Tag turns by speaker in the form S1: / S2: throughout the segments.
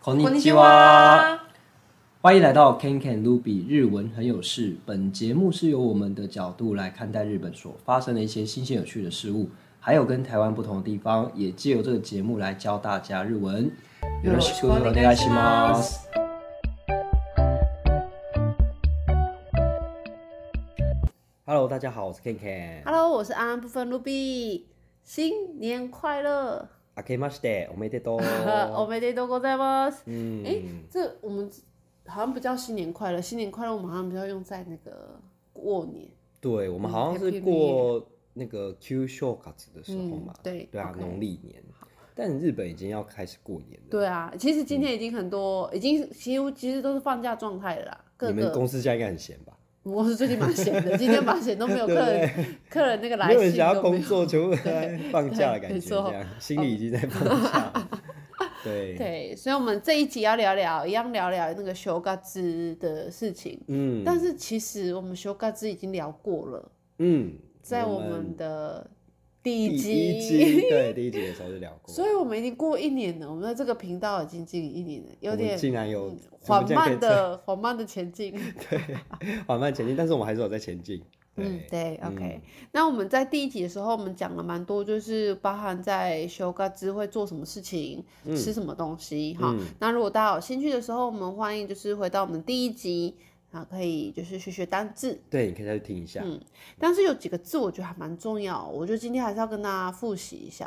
S1: こんにちは。欢迎来到 Ken Ken Ruby 日文很有事。本节目是由我们的角度来看待日本所发生的一些新鲜有趣的事物，还有跟台湾不同的地方，也借由这个节目来教大家日文。
S2: よろしくお願いします。
S1: Hello，大家好，我是 Ken Ken。
S2: Hello，我是安安部分 Ruby，新年快乐！
S1: あけましておめでとう。
S2: 我没得多过在吗？
S1: 哦嗯
S2: 哎、这我们好像不叫新年快乐，新年快乐我们好像比较用在那个过年。
S1: 对，我们好像是
S2: 嗯 Happy New
S1: 过那个 Q 秀卡子的时候嘛，
S2: 嗯对
S1: 对啊，
S2: OK
S1: 农历年。但日本已经要开始过年了，
S2: 对啊，其实今天已经很多，已经几乎其实都是放假状态了啦。各
S1: 嗯你们
S2: 个
S1: 公司现在应该很闲吧？
S2: 我是最近蛮闲 的，今天蛮闲都没有客人，客人那个来
S1: 没有人
S2: 信
S1: 想要
S2: 都没
S1: 工作，
S2: 有。
S1: 全部在放假的
S2: 对
S1: 感
S2: 没
S1: 觉，
S2: 错
S1: 这样心里已经在放假了。 对，
S2: 对，所以我们这一集要聊聊，一样聊聊那个休假之的事情。
S1: 嗯
S2: 但是其实我们休假之已经聊过了，
S1: 嗯，
S2: 在我
S1: 我
S2: 们的第
S1: 第
S2: 一
S1: 一
S2: 集，
S1: 集，对第一集的时候就聊过，
S2: 所以我们已经过一年了。我们在这个频道已经经营一年了，有
S1: 我们
S2: 点嗯
S1: 竟然有
S2: 缓慢，
S1: 我们
S2: 的缓慢的前进。
S1: 竟然可以这样 缓慢前进，但是我们还是有在前进。
S2: 嗯，
S1: 对，
S2: 对，OK。那我们在第一集的时候，我们讲了蛮多，就是包含在休假之会做什么事情，
S1: 嗯
S2: 吃什么东西哈。那如果大家有兴趣的时候，我们欢迎就是回到我们第一集。啊，可以就是学学单字，
S1: 对，你可以再去听一下。
S2: 但是有几个字我觉得还蛮重要，我觉得今天还是要跟大家复习一下。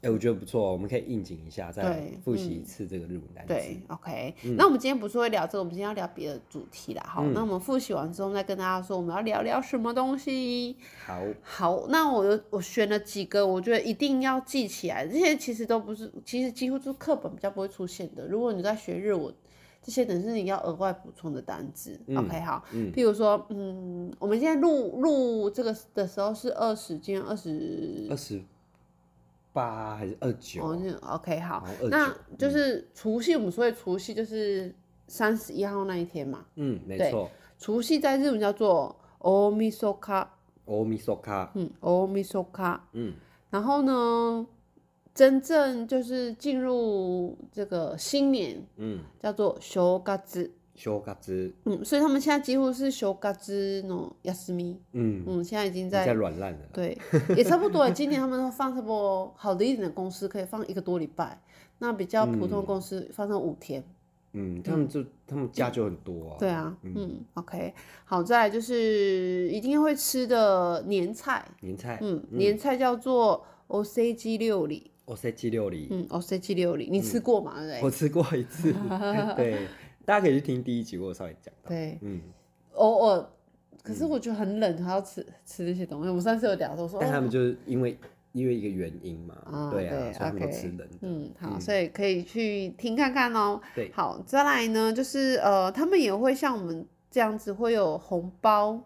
S1: 哎、我觉得不错哦，我们可以应景一下，再
S2: 对嗯
S1: 复习一次这个日文单词。
S2: 对，OK，、那我们今天不是会聊这个，我们今天要聊别的主题啦。好，那我们复习完之后再跟大家说我们要聊聊什么东西。
S1: 好，
S2: 好，那我有我选了几个，我觉得一定要记起来。这些其实都不是，其实几乎就是课本比较不会出现的。如果你在学日文，这些等是你要额外补充的单字。OK，好，譬如说，嗯，我们现在录录这个的时候是二十，今天二十
S1: 二十八还是二九、
S2: 哦，那 OK 好
S1: 好像，29嗯
S2: 那就是除夕，我们所谓除夕就是三十一号那一天嘛。
S1: 嗯，没
S2: 对
S1: 错。
S2: 除夕在日文叫做 Omisoka，
S1: 欧米索卡，
S2: 嗯，Omisoka。
S1: 嗯，
S2: 然后呢，真正就是进入这个新年
S1: 嗯，
S2: 叫做 Shogatsu，
S1: 修嘎兹，
S2: 嗯，所以他们现在几乎是 Shogatsu no yasumi，
S1: 嗯，
S2: 嗯，现在已经
S1: 你
S2: 在
S1: 在软烂了。
S2: 对，也差不多了。今年他们都放差不多好的一点的公司可以放一个多礼拜，那比较普通的公司放上五天。
S1: 嗯，他们就、他们家就很多啊。
S2: 对啊，嗯，OK。好在就是一定会吃的年菜，
S1: 年菜，
S2: 嗯，年菜叫做 O C G 六里，
S1: 我塞鸡六里，
S2: 嗯，O C G 六里，你吃过吗？对不
S1: 我吃过一 次。对，大家可以去听第一集，我有稍微讲
S2: 对？
S1: 到。
S2: 对，
S1: 嗯，
S2: 偶尔。可是我觉得很冷，还要吃吃这些东西。我们上次有聊到说，
S1: 但他
S2: 哦
S1: 们就是因为因为一个原因嘛，
S2: 啊
S1: 对啊，
S2: 对
S1: 所以他们都
S2: OK
S1: 吃人的。
S2: 嗯，好，所以可以去听看看哦。
S1: 对
S2: 好，再来呢，就是呃，他们也会像我们这样子会有红包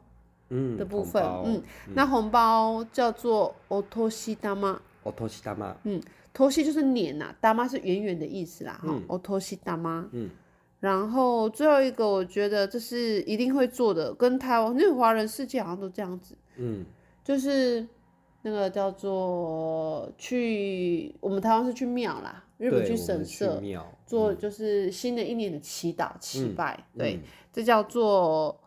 S1: 嗯
S2: 的部分，嗯
S1: 嗯，，
S2: 那红包叫做 otoshi dama，
S1: 我托西大妈，
S2: 托西就是年呐、啊，大妈是圆圆的意思啦，哈、o 哦 t o s h i dama，
S1: 嗯。
S2: 然后最后一个，我觉得这是一定会做的，跟台湾因为华人世界好像都这样子，
S1: 嗯，
S2: 就是那个叫做去我们台湾是去庙啦，日本
S1: 对
S2: 去
S1: 我们
S2: 神社，
S1: 去庙
S2: 做就是新的一年的祈祷祈拜，对，
S1: 嗯
S2: 这叫做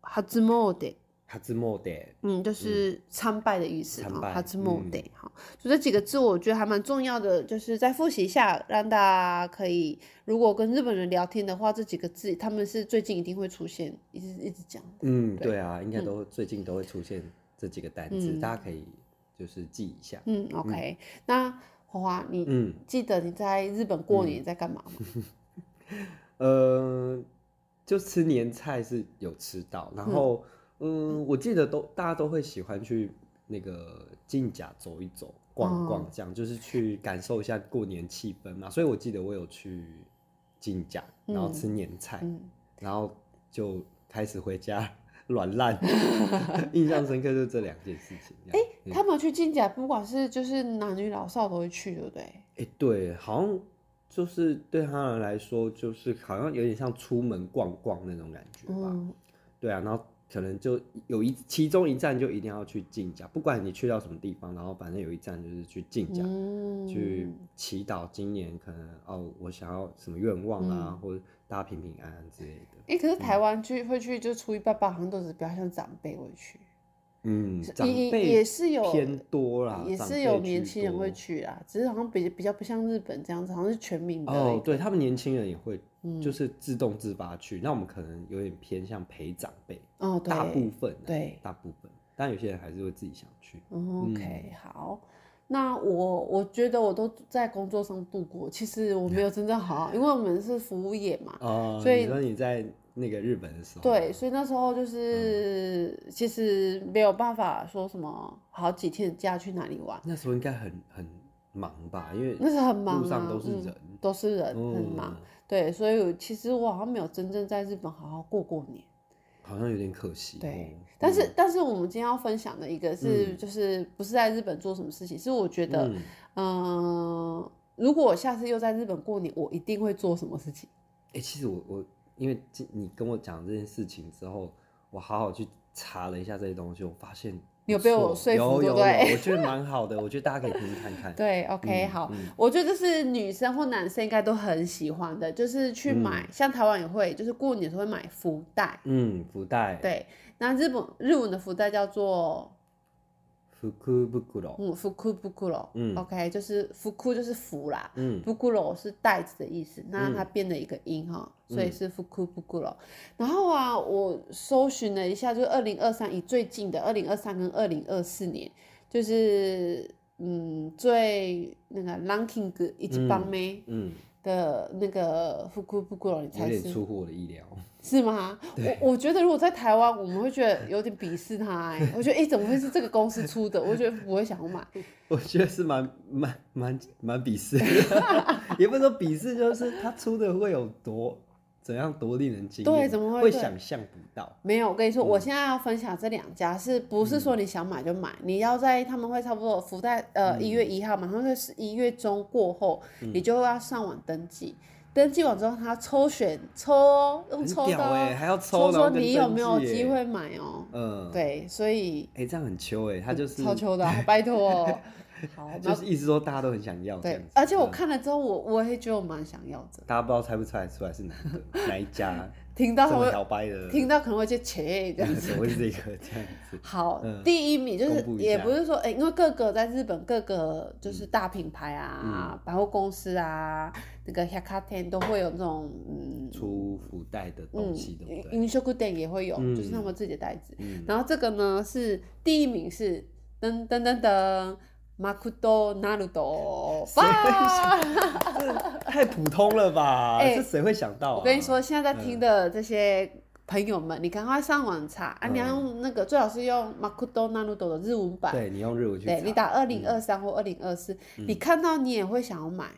S2: 哈兹莫德，
S1: 哈兹莫的，
S2: 嗯，就是参拜的意思
S1: 参
S2: 哈，
S1: 拜嗯
S2: 哈兹莫德哈，所以这几个字我觉得还蛮重要的，就是再复习一下，让大家可以如果跟日本人聊天的话，这几个字他们是最近一定会出现，一直一直讲，
S1: 嗯，嗯对啊，应该都会最近都会出现这几个单词，大家可以就是记一下。
S2: 嗯，OK，那花花你。
S1: 嗯，
S2: 记得你在日本过年在干嘛 吗？
S1: 呃，就吃年菜是有吃到，然后嗯，我记得都大家都会喜欢去那个晋甲走一走、逛逛，这样、就是去感受一下过年气氛嘛。所以我记得我有去晋甲，然后吃年菜，
S2: 嗯
S1: 然后就开始回家 软烂， 印象深刻就是这两件事情。哎、
S2: 他们去金甲，不管是就是男女老少都会去，对不对？
S1: 哎、对，好像就是对他们来说，就是好像有点像出门逛逛那种感觉吧。
S2: 嗯，
S1: 对啊，然后可能就有一其中一站就一定要去进甲，不管你去到什么地方，然后反正有一站就是去进甲，
S2: 嗯，
S1: 去祈祷今年可能哦，我想要什么愿望啊，
S2: 嗯
S1: 或者大家平平安安之类的。
S2: 哎、可是台湾去会去就初一拜拜，好像都是比较像长辈会去，
S1: 嗯，长
S2: 也也
S1: 辈
S2: 也是有
S1: 偏多啦，
S2: 也
S1: 长
S2: 是
S1: 辈
S2: 有
S1: 居
S2: 年轻人
S1: 多
S2: 会去啦，只是好像比比较不像日本这样子，好像是全民的一
S1: 哦，
S2: 个
S1: 对他们年轻人也会，
S2: 嗯
S1: 就是自动自发去。那我们可能有点偏向陪长辈，
S2: 哦，
S1: 大
S2: 对
S1: 部分、啊、
S2: 对
S1: 大部分，但有些人还是会自己想去。
S2: 嗯 OK，好，那我我觉得我都在工作上度过，其实我没有真正好好，因为我们是服务业嘛，
S1: 哦，
S2: 所以
S1: 你说你在那个日本的时候，啊
S2: 对，，所以那时候
S1: 嗯
S2: 就是、其实没有办法说什么好几天的假去哪里玩，
S1: 那时候应该很很忙吧，因为
S2: 那时候很忙
S1: 路上
S2: 啊，
S1: 都是
S2: 嗯
S1: 人，
S2: 都是人，很
S1: 嗯
S2: 忙，对，所以其实我好像没有真正在日本好好过过年。
S1: 好像有点可惜。
S2: 对
S1: 哦，
S2: 但是、但是我们今天要分享的一个是，
S1: 嗯
S2: 就是不是在日本做什么事情，是我觉得，
S1: 嗯
S2: 嗯、如果我下次又在日本过年，我一定会做什么事情。
S1: 哎、其实我我因为今你跟我讲这件事情之后，我好好去查了一下这些东西，我发现
S2: 你有
S1: 不
S2: 被我
S1: 错
S2: 说服
S1: 有有
S2: 对
S1: 有，
S2: 不对
S1: 我觉得蛮好的，我觉得大家可以听听看看。
S2: 对，OK，、
S1: 嗯
S2: 好，
S1: 嗯
S2: 我觉得这是女生或男生应该都很喜欢的，就是去买，像台湾也会，就是过年的时候会买福袋。
S1: 嗯，福袋，，
S2: 对，那日本日文的福袋叫做
S1: 福库布古罗，
S2: 嗯福库布库罗，
S1: 嗯
S2: o k 就是福库就是福啦，
S1: 嗯，
S2: 布古罗是袋子的意思，那
S1: 嗯
S2: 它变了一个音哈，所以是布库布古罗。然后啊，我搜寻了一下，就是二零二三以最近的二零二三跟二零二四年，就是嗯最那个 ranking 一帮妹
S1: 嗯，
S2: 的那个布库布古罗，你
S1: 有
S2: 猜
S1: 点
S2: 是
S1: 出乎我的意料。
S2: 是吗？我我觉得如果在台湾，我们会觉得有点鄙视它、欸，我觉得诶、怎么会是这个公司出的？我觉得不会想要买。
S1: 我觉得是蛮蛮蛮蛮鄙视的， 也不是说鄙视，就是他出的会有多怎样多令人惊艳，
S2: 对怎么会
S1: 会
S2: 对
S1: 想象不到？
S2: 没有，我跟你说，我
S1: 嗯
S2: 现在要分享这两家是不是说你想买就买？你要在他们会差不多福袋呃
S1: 嗯
S2: 一月一号嘛，他们会是一月中过后，你就要上网登记。登记完之后，他抽选抽哦用
S1: 很
S2: 抽的
S1: 屌
S2: 哦、
S1: 欸还要抽然后
S2: 抽说
S1: 跟
S2: 你有
S1: 登
S2: 没有
S1: 记欸
S2: 机会买哦、
S1: 嗯，，
S2: 对，所以
S1: 哎、这样很秋哎、他就是
S2: 超球 的啊、拜托哦、好，我们
S1: 就
S2: 要
S1: 是一直说大家都很想要这样
S2: 对
S1: 子，，
S2: 而且我
S1: 嗯
S2: 看了之后，我我也觉得我蛮想要的。
S1: 大家不知道猜不猜得出来是哪一个哪一 家，
S2: 听
S1: 这
S2: 到可能
S1: 么
S2: 会
S1: 摇摆的，嗯
S2: 听到可能会就切这样子
S1: 怎。么会是这个这样 子？
S2: 好，
S1: 嗯
S2: 第一名就
S1: 公
S2: 是
S1: 布一
S2: 也
S1: 下嗯
S2: 不是说哎、因为各个在日本各个就是大品牌啊、百货公司啊，那个 h a k a t e n 都会有那种嗯
S1: 出福袋的东
S2: 嗯
S1: 西，对不对？
S2: 云秀 d 店也会有，
S1: 嗯
S2: 就是他们自己的袋子。
S1: 嗯
S2: 然后这个呢是第一名是噔噔噔噔。马库多纳鲁 多，哇！
S1: 太普通了吧？
S2: 哎
S1: 这谁会想到、啊？
S2: 我跟你说，现在在听的这些朋友们，你赶快上网查啊！你要
S1: 嗯
S2: 用那个，最好是用马库多纳鲁多的日文版，
S1: 对你用日文去查，
S2: 对你打二零二三或二零二四，你看到你也会想要买。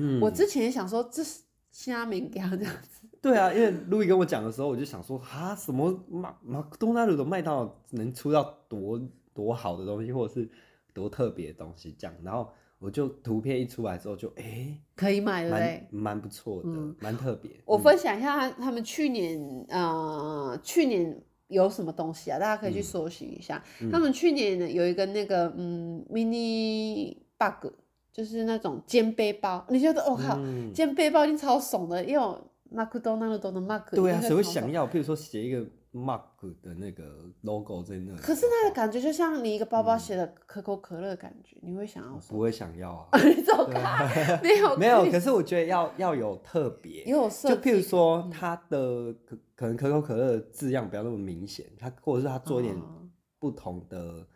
S1: 嗯
S2: 我之前也想说这是虾米给他这样子，
S1: 对啊，因为路易跟我讲的时候，我就想说，哈，什么马马东纳鲁的麦当劳能出到多多好的东西，或者是多特别的东西这样，然后我就图片一出来之后就，诶，
S2: 可以买对不
S1: 蛮
S2: 对？
S1: 蛮不错的，
S2: 嗯
S1: 蛮特别。
S2: 我
S1: 嗯
S2: 分享一下他他们去年呃去年有什么东西啊？大家可以
S1: 嗯
S2: 去搜寻一下。他们去年呢有一个那个嗯 mini bug，就是那种肩背包，你觉得我、靠，
S1: 嗯
S2: 肩背包一定超怂的，因为我马库多纳鲁多的 mark，
S1: 对啊，谁会
S2: 要？
S1: 想要？譬如说写一个 mark 的那个 logo 在那里，
S2: 可是那个感觉就像你一个包
S1: 嗯
S2: 包写的可口可乐的感觉，你会想要，
S1: 不会想要啊
S2: 你走开，没 有
S1: 没有。可是我觉得要要有特别，
S2: 也有设
S1: 就
S2: 计，嗯
S1: 譬如说，它的可可能可口可乐的字样不要那么明显，它或者是它做一点
S2: 哦嗯
S1: 不同的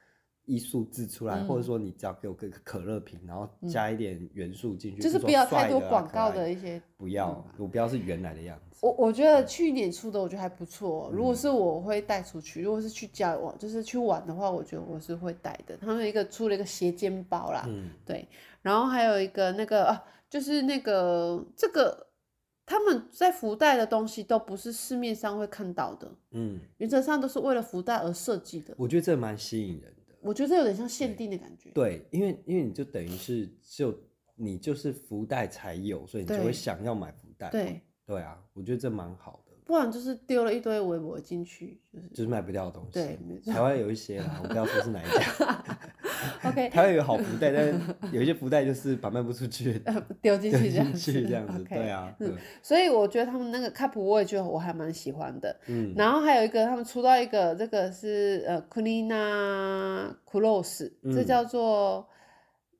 S1: 艺术字出来，或者说你只要给我个可乐瓶，然后加一点元素进去，
S2: 就是
S1: 譬如说
S2: 不要太多
S1: 帅的啊
S2: 广告，
S1: 可爱
S2: 的一嗯些。
S1: 不要，我不要是原来的样子。
S2: 我我觉得去年出的我觉得还不错，
S1: 嗯
S2: 如果是我会带出去，如果是去郊玩，就是去玩的话，我觉得我是会带的。他们有一个出了一个斜肩包啦，
S1: 嗯，
S2: 对，然后还有一个那个啊，就是那个这个他们在福袋的东西都不是市面上会看到的，
S1: 嗯，
S2: 原则上都是为了福袋而设计的。
S1: 我觉得这蛮吸引人的。
S2: 我觉得这有点像限定的感觉。
S1: 对，因为因为你就等于是就你就是福袋才有，所以你就
S2: 对
S1: 会想要买福袋。
S2: 对，
S1: 对啊，我觉得这蛮好的。
S2: 不然就是丢了一堆围脖进去， 就是
S1: 就是卖不掉的东西。
S2: 对没错
S1: 台湾有一些啦，我不要说是哪一家。
S2: OK
S1: 台湾有好福袋，但是有一些福袋就是把卖不出去的
S2: 丢呃进
S1: 丢
S2: 去这样
S1: 进
S2: 子，
S1: 去这样子，
S2: OK
S1: 对啊，
S2: 嗯
S1: 嗯
S2: 所以我觉得他们那个 cup 我也觉得我还蛮喜欢的。
S1: 嗯
S2: 然后还有一个他们出到一个这个是呃 Cleana Close，、这
S1: 嗯
S2: 叫做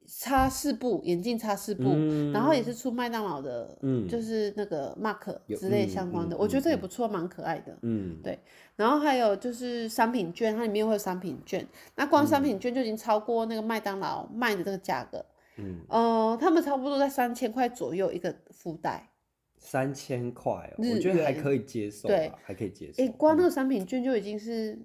S2: 擦拭布眼镜擦拭布，
S1: 嗯
S2: 然后也是出麦当劳的，
S1: 嗯
S2: 就是那个 Mark
S1: 有
S2: 之类
S1: 嗯
S2: 相关的，
S1: 嗯
S2: 我觉得这也
S1: 嗯
S2: 不错，蛮可爱的。
S1: 嗯，
S2: 然后还有就是商品券，它里面会有商品券，那光商品券就已经超过那个麦当劳卖的这个价格，
S1: 嗯，
S2: 呃，他们差不多在三千块左右一个福袋。
S1: 三千块哦，
S2: 日
S1: 我觉得还
S2: 元
S1: 可以接受
S2: 对
S1: 吧，还可以接受。
S2: 诶，光
S1: 嗯
S2: 那个商品券就已经是，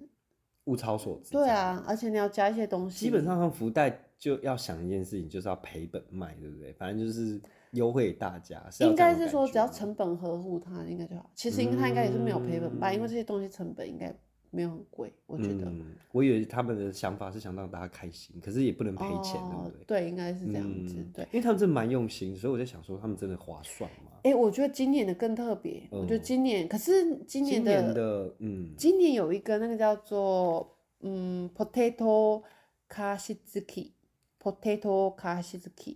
S1: 物超所值，
S2: 对，啊，而且你要加一些东西，
S1: 基本上他们福袋就要想一件事情，就是要赔本卖，对不对？反正就是优惠大家，要
S2: 应
S1: 这样
S2: 该
S1: 的
S2: 是
S1: 感觉
S2: 说
S1: 啊
S2: 只要
S1: 吗
S2: 成本合乎它，应该就好。其实应该它应该也是没有赔本吧，因为这些东西成本应该没有很贵，我觉得。
S1: 嗯，我以为他们的想法是想让大家开心，可是也不能赔钱，
S2: 哦
S1: 对不对？
S2: 对，应该是这样子。
S1: 嗯
S2: 对，
S1: 因为他们真的蛮用心，所以我在想说，他们真的划算吗？
S2: 哎、我觉得今年的更特别。我觉得
S1: 嗯
S2: 今年，可是今年
S1: 今
S2: 的
S1: 年的，嗯，
S2: 今年有一个那个叫做嗯 potato k a s h i z u k i potato k a s h i z u k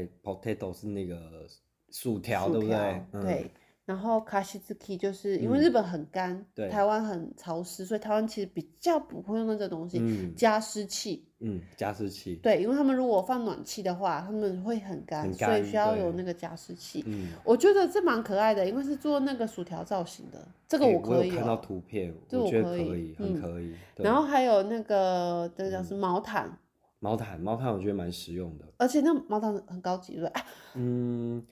S2: i
S1: OK，potato 是那个薯条，
S2: 薯
S1: 对不对
S2: 条？
S1: 嗯
S2: 对，然后 k a s h i z u k i 就是因为
S1: 嗯
S2: 日本很干，
S1: 对
S2: 台湾很潮湿，所以台湾其实比较不会用到这东西。
S1: 嗯
S2: 加湿器，
S1: 嗯，加湿器，
S2: 对，因为他们如果放暖气的话，他们会很干，
S1: 很
S2: 所以
S1: 干
S2: 需要有
S1: 对
S2: 那个加湿器。
S1: 嗯，
S2: 我觉得这蛮可爱的，因为是做那个薯条造型的，这个
S1: 诶
S2: 可以、
S1: 有
S2: 哦
S1: 看到图片，
S2: 这我
S1: 觉得
S2: 可
S1: 可
S2: 以
S1: 以，很
S2: 嗯
S1: 可以。对嗯
S2: 然后还有那个这个叫什么毛毯，
S1: 毛毯，毛毯我觉得蛮实用的。
S2: 而且那毛毯很高级，对不对？啊
S1: 嗯，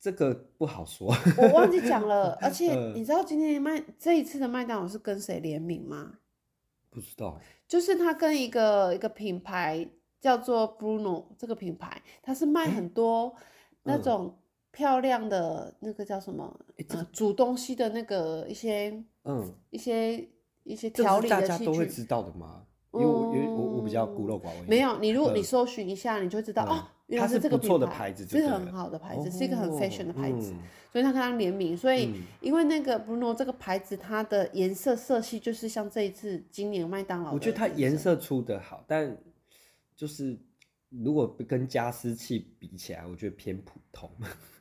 S1: 这个不好说。
S2: 我忘记讲了。而且
S1: 嗯
S2: 你知道今天麦这一次的麦当劳是跟谁联名吗？
S1: 不知道，
S2: 就是它跟一个一个品牌叫做 Bruno 这个品牌，它是卖很多那
S1: 嗯
S2: 种漂亮的那个叫什么、
S1: 诶这
S2: 呃煮东西的那个一些
S1: 嗯，
S2: 一些一些
S1: 这
S2: 调
S1: 是
S2: 理
S1: 大
S2: 的
S1: 家
S2: 器
S1: 都会
S2: 具
S1: 知道的吗？因为我因为我我比较
S2: 嗯
S1: 孤陋寡闻一点。
S2: 没有，你如果你
S1: 嗯
S2: 搜寻一下，你就知道、
S1: 嗯
S2: 哦，原来
S1: 它是
S2: 这个
S1: 不错的
S2: 品
S1: 牌子就是对
S2: 很
S1: 了
S2: 好的牌子，是一个很
S1: 哦
S2: fashion 的牌子，
S1: 嗯
S2: 所以它跟它联名。所以
S1: 嗯
S2: 因为那个 Bruno 这个牌子，它的颜色色系就是像这一次今年麦当劳的，
S1: 我觉得它颜色出的好，但就是如果跟加湿器比起来，我觉得偏普通。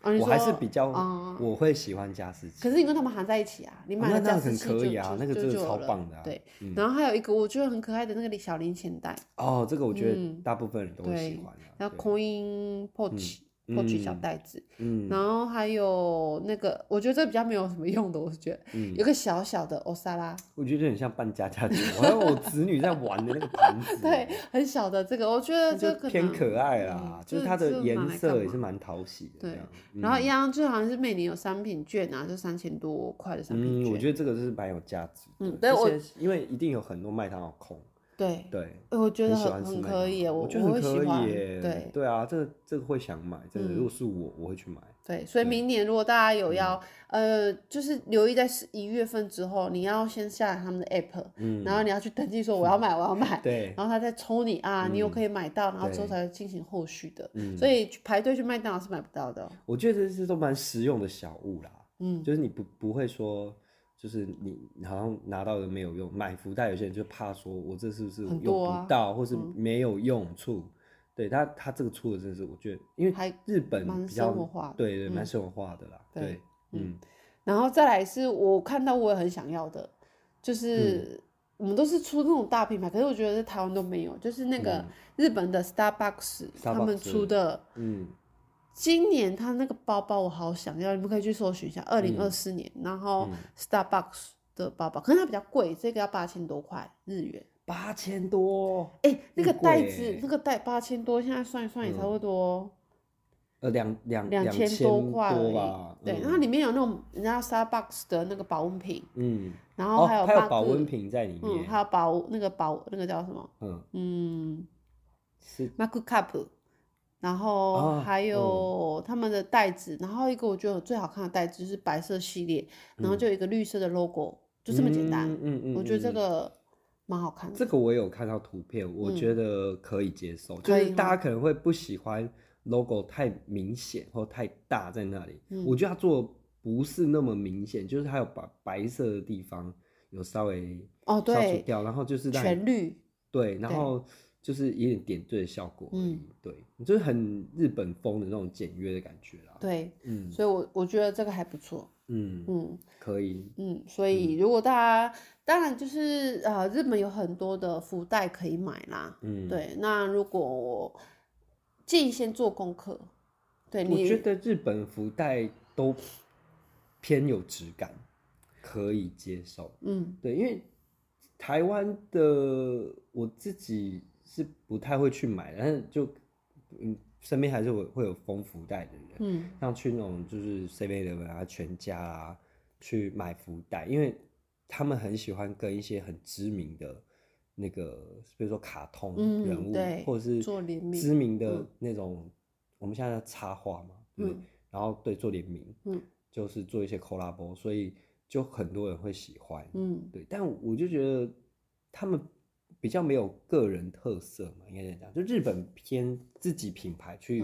S2: 哦你
S1: 我还是
S2: 说
S1: 比较、
S2: 哦
S1: 我会喜欢加湿器。
S2: 可是因为它们含在一起啊，你
S1: 哦
S2: 买
S1: 那
S2: 了
S1: 那
S2: 加湿
S1: 很
S2: 器就
S1: 可以啊
S2: 就，
S1: 那个
S2: 就
S1: 真的
S2: 就有
S1: 超
S2: 了
S1: 棒的啊
S2: 对，
S1: 嗯
S2: 然后还有一个我觉得很可爱的那个小零钱袋，
S1: 哦，这个我觉
S2: 嗯
S1: 得大部分人都会喜
S2: 对
S1: 欢、啊。
S2: 然后
S1: 对
S2: coin pouch、pouch 小
S1: 嗯
S2: 袋子，
S1: 嗯
S2: 然后还有那个，我觉得这比较没有什么用的，我觉得、
S1: 嗯
S2: 有个小小的欧莎拉，
S1: 我觉得很像扮家家酒，好像我侄女在玩的那个盘子。
S2: 对，很小的这个，我觉
S1: 嗯那
S2: 得这
S1: 就
S2: 个
S1: 偏
S2: 能
S1: 可爱啦
S2: 嗯，
S1: 就是
S2: 这
S1: 它
S2: 这
S1: 的
S2: 拿
S1: 颜
S2: 来干
S1: 色也
S2: 嘛
S1: 是蛮讨喜的。
S2: 对
S1: 这样
S2: 然后一
S1: 嗯
S2: 样，就好像是每年有商品券啊，就三千多块的商品
S1: 嗯，
S2: 券。
S1: 我觉得这个是蛮有价值的。
S2: 嗯但我
S1: 这些因为一定有很多麦当劳控，
S2: 对，
S1: 对，
S2: 呃我觉得
S1: 很喜欢
S2: 很
S1: 吃
S2: 很
S1: 麦
S2: 可以耶，
S1: 当劳
S2: 我
S1: 啊我觉得很
S2: 会喜
S1: 可
S2: 欢。
S1: 以耶。
S2: 对
S1: 对啊，这这个会想买，真的。
S2: 嗯
S1: 如果是我，我会去买。
S2: 对，所以
S1: 对嗯
S2: 明年如果大家有要、呃，就是留意在十一月份之后，你要先下载他们的 app，、
S1: 嗯，
S2: 然后你要去登记说我要买，我要买，
S1: 对，
S2: 然后他再抽你啊，你又
S1: 嗯
S2: 可以买到，然后之后
S1: 对
S2: 才进行后续的。
S1: 嗯，
S2: 所以去排队去麦当劳是买不到的哦、
S1: 我觉得这些都蛮实用的小物啦，
S2: 嗯，
S1: 就是你不不会说。就是你好像拿到的没有用，买福袋有些人就怕说，我这是不是
S2: 很
S1: 用
S2: 多啊
S1: 不到，或是
S2: 嗯
S1: 没有用处？对他他这个出的真的是，我觉得因
S2: 还
S1: 为日本
S2: 蛮
S1: 比较
S2: 生活化的
S1: 对对，蛮
S2: 嗯
S1: 生活化的啦。
S2: 对
S1: 对，嗯，
S2: 然后再来是我看到我也很想要的，
S1: 嗯
S2: 就是、我们都是出那种大品牌，可是我觉得在台湾都没有，就是那个
S1: 嗯
S2: 日本的 Starbucks 他们
S1: Starbucks
S2: 出的，
S1: 嗯，
S2: 今年他那个包包我好想要，你们可以去搜寻一下，
S1: 嗯
S2: 二零二四年，然后 Starbucks 的包包，可是它比较贵，这个要八千多块日元。
S1: 八千多，
S2: 哎、那个
S1: 很
S2: 袋
S1: 贵
S2: 子
S1: 欸，
S2: 那个袋八千多，现在算一算也差不多。
S1: 呃，两两
S2: 两
S1: 千
S2: 多块而
S1: 多
S2: 已
S1: 吧。
S2: 对，
S1: 嗯
S2: 然后里面有那种人家 Starbucks 的那个保温瓶，
S1: 嗯，
S2: 然
S1: 哦，
S2: 后还
S1: 它
S2: 有、
S1: 有保温，瓶在里
S2: 嗯，
S1: 面
S2: 还，有保那个保那个叫什么？
S1: 嗯，
S2: 嗯
S1: 是
S2: ，Mac Cup，然后
S1: 啊
S2: 还有他们的袋子，然后一个我觉得最好看的袋子就是白色系列，然后就有一个绿色的 logo，就这么简单。
S1: 嗯嗯嗯，
S2: 我觉得这
S1: 嗯
S2: 个蛮好看的。
S1: 这个我有看到图片，我
S2: 嗯
S1: 觉得可以接受，就
S2: 可以
S1: 是大家可能会不喜欢 logo 太明显或太大在那里，
S2: 嗯
S1: 我觉得他做得不是那么明显，就是它有把白色的地方有稍微
S2: 哦，
S1: 消除
S2: 对，
S1: 掉，然后就是让你
S2: 全绿，
S1: 对，然
S2: 对
S1: 后就是有点点缀的效果而已，
S2: 嗯
S1: 对，就是很日本风的那种简约的感觉啦，
S2: 对，
S1: 嗯
S2: 所以我我觉得这个还不错，
S1: 嗯，
S2: 嗯。
S1: 可以，
S2: 嗯，所以如果大家、当然就是呃，日本有很多的福袋可以买啦。
S1: 嗯，。
S2: 对，那如果我建议先做功课，对
S1: 我
S2: 你
S1: 觉得日本福袋都偏有质感，可以接受。
S2: 嗯
S1: 对，因为台湾的我自己是不太会去买的，但是就嗯，身边还是会会有丰福袋的人，
S2: 嗯
S1: 像去那种就是 Seven Eleven 啊、全家啊去买福袋，因为他们很喜欢跟一些很知名的那个，比如说卡通人
S2: 嗯，
S1: 物，
S2: 对，
S1: 或者是
S2: 做联名，
S1: 知名的
S2: 嗯
S1: 那种，我们现在叫插画嘛，对不对
S2: 嗯
S1: 然后对做联名，
S2: 嗯，
S1: 就是做一些 collab，所以就很多人会喜欢，
S2: 嗯
S1: 对。但我就觉得他们比较没有个人特色嘛，应该这样讲，就日本偏自己品牌去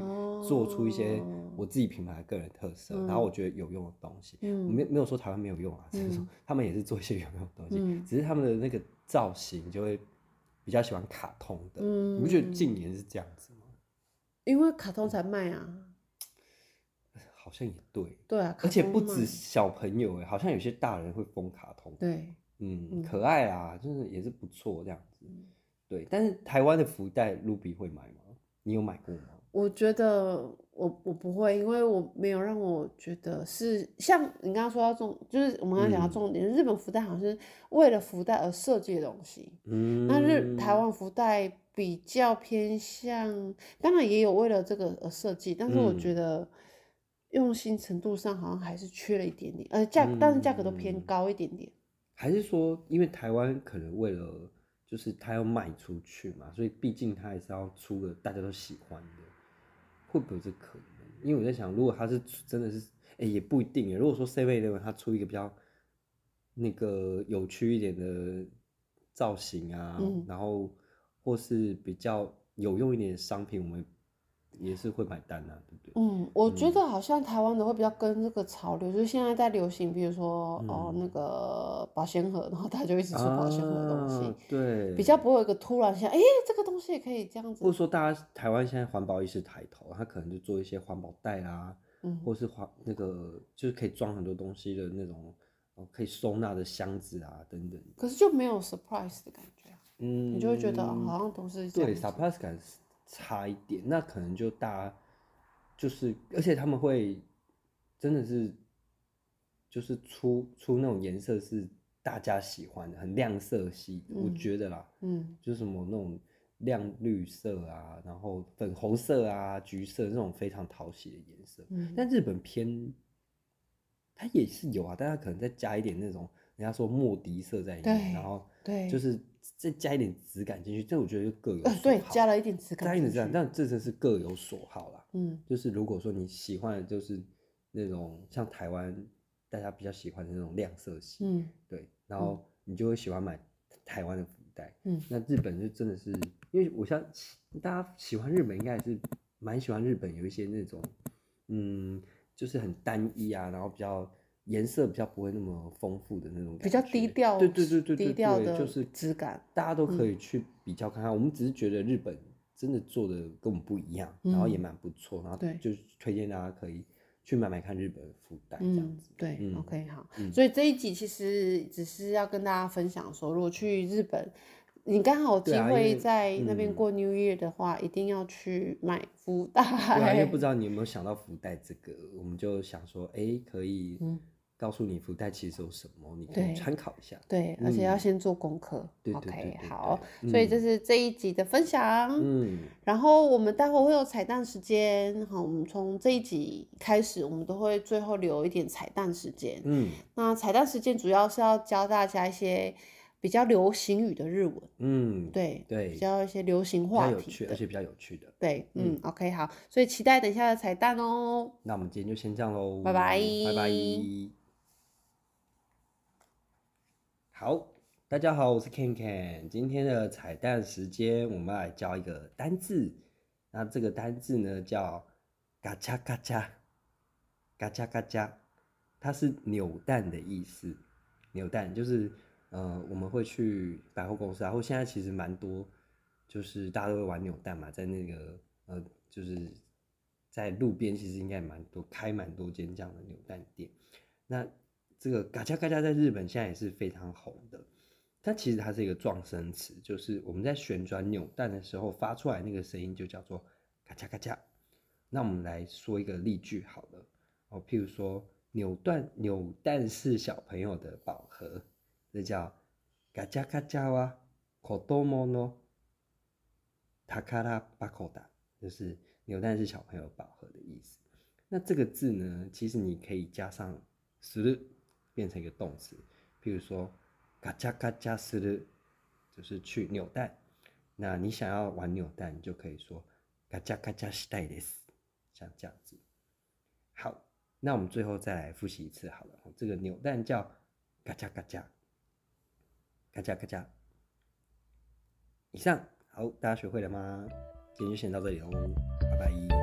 S1: 做出一些
S2: 哦
S1: 我自己品牌的个人特色，
S2: 嗯
S1: 然后我觉得有用的东西，我
S2: 嗯
S1: 没没有说台湾没有用啊，只是说
S2: 嗯
S1: 他们也是做一些有用的东西，
S2: 嗯
S1: 只是他们的那个造型就会比较喜欢卡通的，
S2: 嗯
S1: 你不觉得近年是这样子吗？
S2: 因为卡通才卖啊，
S1: 好像也对，
S2: 对啊，嗯卡
S1: 而且
S2: 通
S1: 不
S2: 卖
S1: 止小朋友哎，好像有些大人会疯卡通，
S2: 对，
S1: 嗯，
S2: 嗯
S1: 可爱啊，就是也是不错这样子
S2: 嗯，
S1: 对。但是台湾的福袋卢比会买吗？你有买过吗？
S2: 我觉得我我不会，因为我没有让我觉得是像你刚刚说到重，就是我们刚刚讲到
S1: 嗯
S2: 重点，日本福袋好像是为了福袋而设计的东西。
S1: 嗯，
S2: 那日台湾福袋比较偏向，当然也有为了这个而设计，但是我
S1: 嗯
S2: 觉得用心程度上好像还是缺了一点点，呃，价，但是价格都偏
S1: 嗯
S2: 高一点点。
S1: 还是说，因为台湾可能为了就是它要卖出去嘛，所以毕竟它还是要出个大家都喜欢的，会不会有这可能？因为我在想，如果它是真的是，哎、也不一定耶。如果说 C 位的它出一个比较那个有趣一点的造型啊，
S2: 嗯
S1: 然后或是比较有用一点的商品，我们也是会买单啊，对不对？
S2: 嗯，我觉
S1: 嗯
S2: 得好像台湾的会比较跟这个潮流，就是现在在流行，比如说哦
S1: 嗯
S2: 那个保鲜盒，然后大家就一直出保鲜盒的东西，
S1: 啊，对，
S2: 比较不会有一个突然想，哎、这个东西也可以这样
S1: 或者
S2: 子，
S1: 说大家台湾现在环保意识抬头，他可能就做一些环保袋啊，
S2: 嗯
S1: 或是环那个就是可以装很多东西的那种，哦，可以收纳的箱子啊等等。
S2: 可是就没有 surprise 的感觉啊，
S1: 嗯，
S2: 你就会觉得、好像都是这样
S1: 对
S2: 子
S1: surprise 感是差一点，那可能就大家就是，而且他们会真的是就是出出那种颜色是大家喜欢的，很亮色系的，我
S2: 嗯
S1: 觉得啦。
S2: 嗯
S1: 就是什么那种亮绿色啊，然后粉红色啊、橘色这种非常讨喜的颜色。
S2: 嗯，
S1: 但日本偏，它也是有啊，但它可能再加一点那种人家说莫迪色在里面，
S2: 对
S1: 然后
S2: 嗯对，
S1: 就是再加一点质感进去，这我觉得就各有
S2: 呃
S1: 所
S2: 对，
S1: 好
S2: 加了一点质感
S1: 加一点
S2: 进
S1: 质感，
S2: 去
S1: 但这真是各有所好啦。
S2: 嗯
S1: 就是如果说你喜欢的就是那种像台湾大家比较喜欢的那种亮色系，
S2: 嗯
S1: 对，然后你就会喜欢买台湾的福袋。
S2: 嗯
S1: 那日本就真的是，因为我相信大家喜欢日本，应该还是蛮喜欢日本有一些那种，嗯，就是很单一啊，然后比较颜色比较不会那么丰富的那种感觉，
S2: 比较低调
S1: 对对对对对
S2: 低调
S1: 对
S2: 的
S1: 就是
S2: 质感，嗯
S1: 大家都可以去比较看看。我们只是觉得日本真的做的跟我们不一样，然后也
S2: 嗯
S1: 蛮不错，然后
S2: 对
S1: 就是推荐大家可以去买买看日本的福袋这样
S2: 嗯
S1: 子。
S2: 对
S1: 嗯
S2: o k 好、
S1: 嗯
S2: 所以这一集其实只是要跟大家分享说，如果去日本。你刚好有机
S1: 对啊因
S2: 会
S1: 为
S2: 在那边
S1: 嗯
S2: 过 New Year 的话，一定要去买福 袋。
S1: 对啊，因为
S2: 哎
S1: 不知道你有没有想到福袋这个，我们就想说，哎、可以
S2: 嗯
S1: 告诉你福袋其实有什么，你可
S2: 对
S1: 以参考一下。
S2: 对，而且要
S1: 嗯
S2: 先做功课。
S1: 对对
S2: OK，
S1: 对对对
S2: 好，所以这是这一集的分享。
S1: 嗯，
S2: 然后我们待会会有彩蛋时间，好，我们从这一集开始，我们都会最后留一点彩蛋时间。
S1: 嗯
S2: 那彩蛋时间主要是要教大家一些比较流行语的日文，
S1: 嗯，
S2: 对，
S1: 对
S2: 比较一些流行
S1: 比较
S2: 话
S1: 有
S2: 题
S1: 趣，而
S2: 的。
S1: 且比较有趣的。
S2: 对，嗯 o k 好，所以期待等一下的彩蛋哦。
S1: 那我们今天就先这样喽，
S2: 拜拜
S1: 拜拜。好，大家好，我是 Ken Ken。今天的彩蛋时间，我们要来教一个单字。那这个单字呢，叫嘎嚓嘎嚓，嘎嚓嘎嚓。它是扭蛋的意思，扭蛋就是呃，我们会去百货公司啊，或现在其实蛮多，就是大家都会玩扭蛋嘛，在那个呃，就是在路边其实应该也蛮多开蛮多间这样的扭蛋店。那这个嘎cha嘎cha在日本现在也是非常红的，它其实它是一个撞声词，就是我们在旋转扭蛋的时候发出来那个声音就叫做嘎cha嘎cha。那我们来说一个例句好了，哦，譬如说扭蛋扭蛋是小朋友的宝盒，这叫嘎cha嘎cha wa kodomo no takara bakoda，就是扭蛋是小朋友宝盒的意思。那这个字呢，其实你可以加上する变成一个动词，譬如说嘎cha嘎cha する，就是去扭蛋。那你想要玩扭蛋，你就可以说嘎cha 嘎cha したいです。像这样子。好，那我们最后再来复习一次好了。这个扭蛋叫嘎嚓嘎嚓，嘎嚓嘎嚓。哦以上，好，大家学会了吗？今天就先到这里喽，拜拜。